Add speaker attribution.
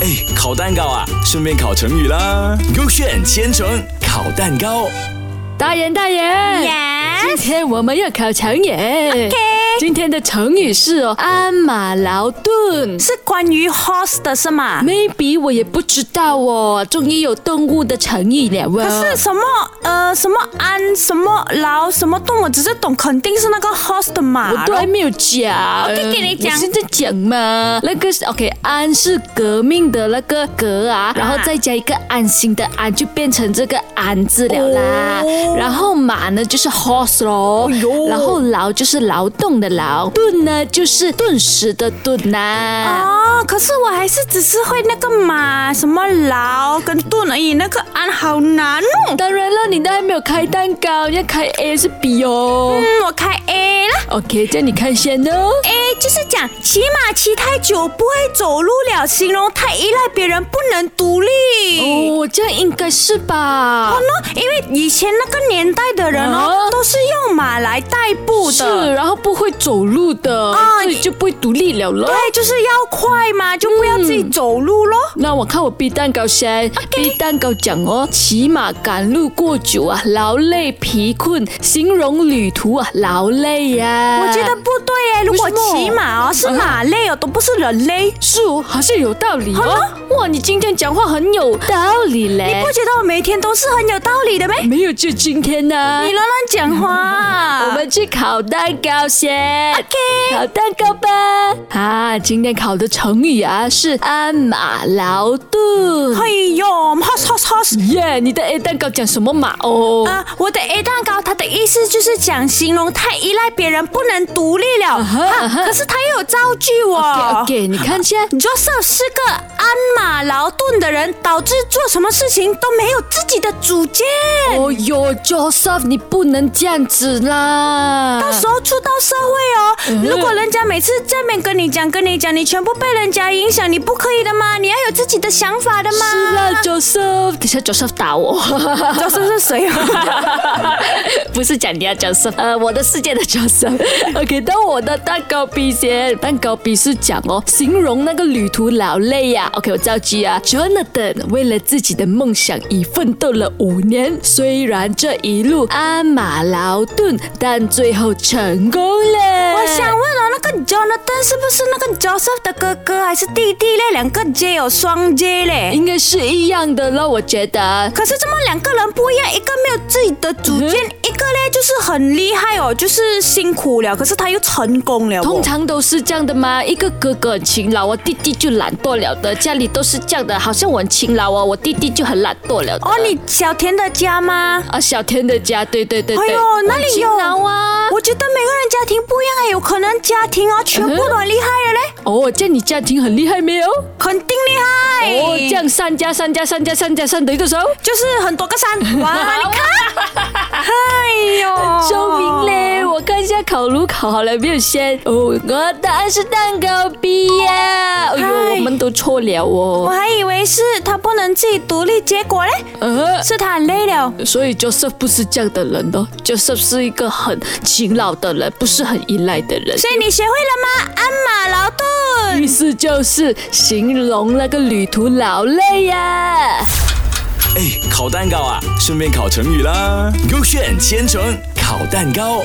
Speaker 1: 哎，烤蛋糕啊，顺便烤成语啦。勾选千层烤蛋糕，
Speaker 2: 大人，大人
Speaker 3: Yes
Speaker 2: 今天我们要考成语。今天的成语是哦，鞍马劳顿。
Speaker 3: 是关于 horse 的是吗？
Speaker 2: maybe 我也不知道哦，终于有动物的成语了哦。
Speaker 3: 可是什么呃什么安什么劳什么动，我只是懂肯定是那个 horse 的马
Speaker 2: 我都还没有讲，
Speaker 3: 我就给哦你讲
Speaker 2: 呃
Speaker 3: 嗯
Speaker 2: 我现在讲嘛。那个是 OK，安是革命的那个革啊，然后再加一个安心的安，就变成这个安字了啦。
Speaker 3: 哦
Speaker 2: 然后马呢就是 horse 咯，
Speaker 3: 哎呦
Speaker 2: 然后劳就是劳动的劳，顿呢就是顿时的顿呐、
Speaker 3: 哦，可是我还是只是会那个马什么劳跟盾而已，那个安好难哦。
Speaker 2: 当然了，你都还没有开蛋糕，要开 A 是 B 哦。
Speaker 3: 嗯，我开 A 啦
Speaker 2: OK，这样你看先哦。
Speaker 3: ，A 就是讲骑马骑太久不会走路了，形容太依赖别人，不能独立。
Speaker 2: 哦，这样应该是吧？
Speaker 3: 哦喏因为以前那个年代的人哦，
Speaker 2: 啊
Speaker 3: 都是用马来代步的。
Speaker 2: 是，然后不会走路的，
Speaker 3: 啊
Speaker 2: 所以就不会独立了咯。
Speaker 3: 对，哎就是要快
Speaker 2: 嗯
Speaker 3: 嘛，就不要自己走路咯。
Speaker 2: 那我看我 B 蛋糕先 b 蛋糕讲哦，骑马赶路过久啊，劳累疲困，形容旅途啊劳累呀、
Speaker 3: 我觉得不对耶，如
Speaker 2: 嗯
Speaker 3: 果
Speaker 2: 为什么嗯
Speaker 3: 骑马哦是马累哦，都不是人累。
Speaker 2: 是哦，好像有道理哦。
Speaker 3: 啊
Speaker 2: 哇，你今天讲话很有道理嘞
Speaker 3: 不，觉得我每天都是很有道理的咩？
Speaker 2: 没有就今天呢、
Speaker 3: 你乱乱讲话。
Speaker 2: 嗯我们去烤蛋糕先。
Speaker 3: OK
Speaker 2: 烤蛋糕吧。啊，今天烤的成语啊是鞍马劳顿。
Speaker 3: 哎呦，hos hos hos。
Speaker 2: 耶你的 A 蛋糕讲什么马哦？
Speaker 3: 啊，我的 A 蛋糕，它的意思就是讲形容太依赖别人，不能独立了。
Speaker 2: 哈啊哈
Speaker 3: 可是它又有造句哦。
Speaker 2: 给你看一下。
Speaker 3: Joseph 是个鞍马劳顿的人，导致做什么事情都没有自己的主见。
Speaker 2: 哦哟，Joseph，你不能这样子啦！
Speaker 3: 到时候出到社会哦，
Speaker 2: 嗯
Speaker 3: 如果人家每次这面跟你讲跟你讲，你全部被人家影响，你不可以的嘛，你要有自己的想法的嘛。
Speaker 2: 是啊啦，Joseph，等一下 Joseph 打我，
Speaker 3: 这是是谁啊？
Speaker 2: 不是讲你啊，Joseph，呃，我的世界的 Joseph。OK，到我的蛋糕 B 先，蛋糕 B 是讲哦，形容那个旅途劳累呀、OK，我造句啊，Jonathan 为了自己的梦想已奋斗了五年，虽然这一路鞍马劳顿，但最后成功了。
Speaker 3: 我想问哦，那个 Jonathan 是不是那个 Joseph 的哥哥还是弟弟嘞？两个 J 有双 J 嘞。
Speaker 2: 应该是一样的咯，我觉得。
Speaker 3: 可是这么两个人不一样，一个没有自己的主见，
Speaker 2: 嗯
Speaker 3: 一个嘞就是很厉害哦，就是辛苦了，可是他又成功了哦。
Speaker 2: 通常都是这样的嘛，一个哥哥很勤劳，我弟弟就懒惰了的。家里都是这样的，好像我很勤劳哦，我弟弟就很懒惰了的。
Speaker 3: 哦，你小田的家吗？
Speaker 2: 啊，小天的家，对对对对，
Speaker 3: 哎呦
Speaker 2: 我很
Speaker 3: 哪里有
Speaker 2: 勤劳啊？
Speaker 3: 我觉得每个人家庭不一样啊，有可能家庭哦全
Speaker 2: 嗯
Speaker 3: 部都很厉害的嘞，
Speaker 2: 哦，这样你家庭很厉害没有？哦，
Speaker 3: 肯定厉害。
Speaker 2: 这样三加三加三加三加三等于多少？
Speaker 3: 就是很多个山， 哇，你看，哎呦，
Speaker 2: 聪明嘞！我看一下烤炉烤好了没有先？哦，我答案是蛋糕 B 呀、哎呦，
Speaker 3: 嗨
Speaker 2: 我们都错了
Speaker 3: 我
Speaker 2: 哦。
Speaker 3: 还以为是他不能自己独立，结果嘞，
Speaker 2: 呃，
Speaker 3: 是他很累了。
Speaker 2: 所以 Joseph 不是这样的人哦，Joseph 是一个很勤劳的人，不是很依赖的人。
Speaker 3: 所以嗯你学会了吗？鞍马劳顿。
Speaker 2: 意思就是形容那个旅途劳累呀、
Speaker 1: 哎，烤蛋糕啊，顺便烤成语啦。勾选千层烤蛋糕。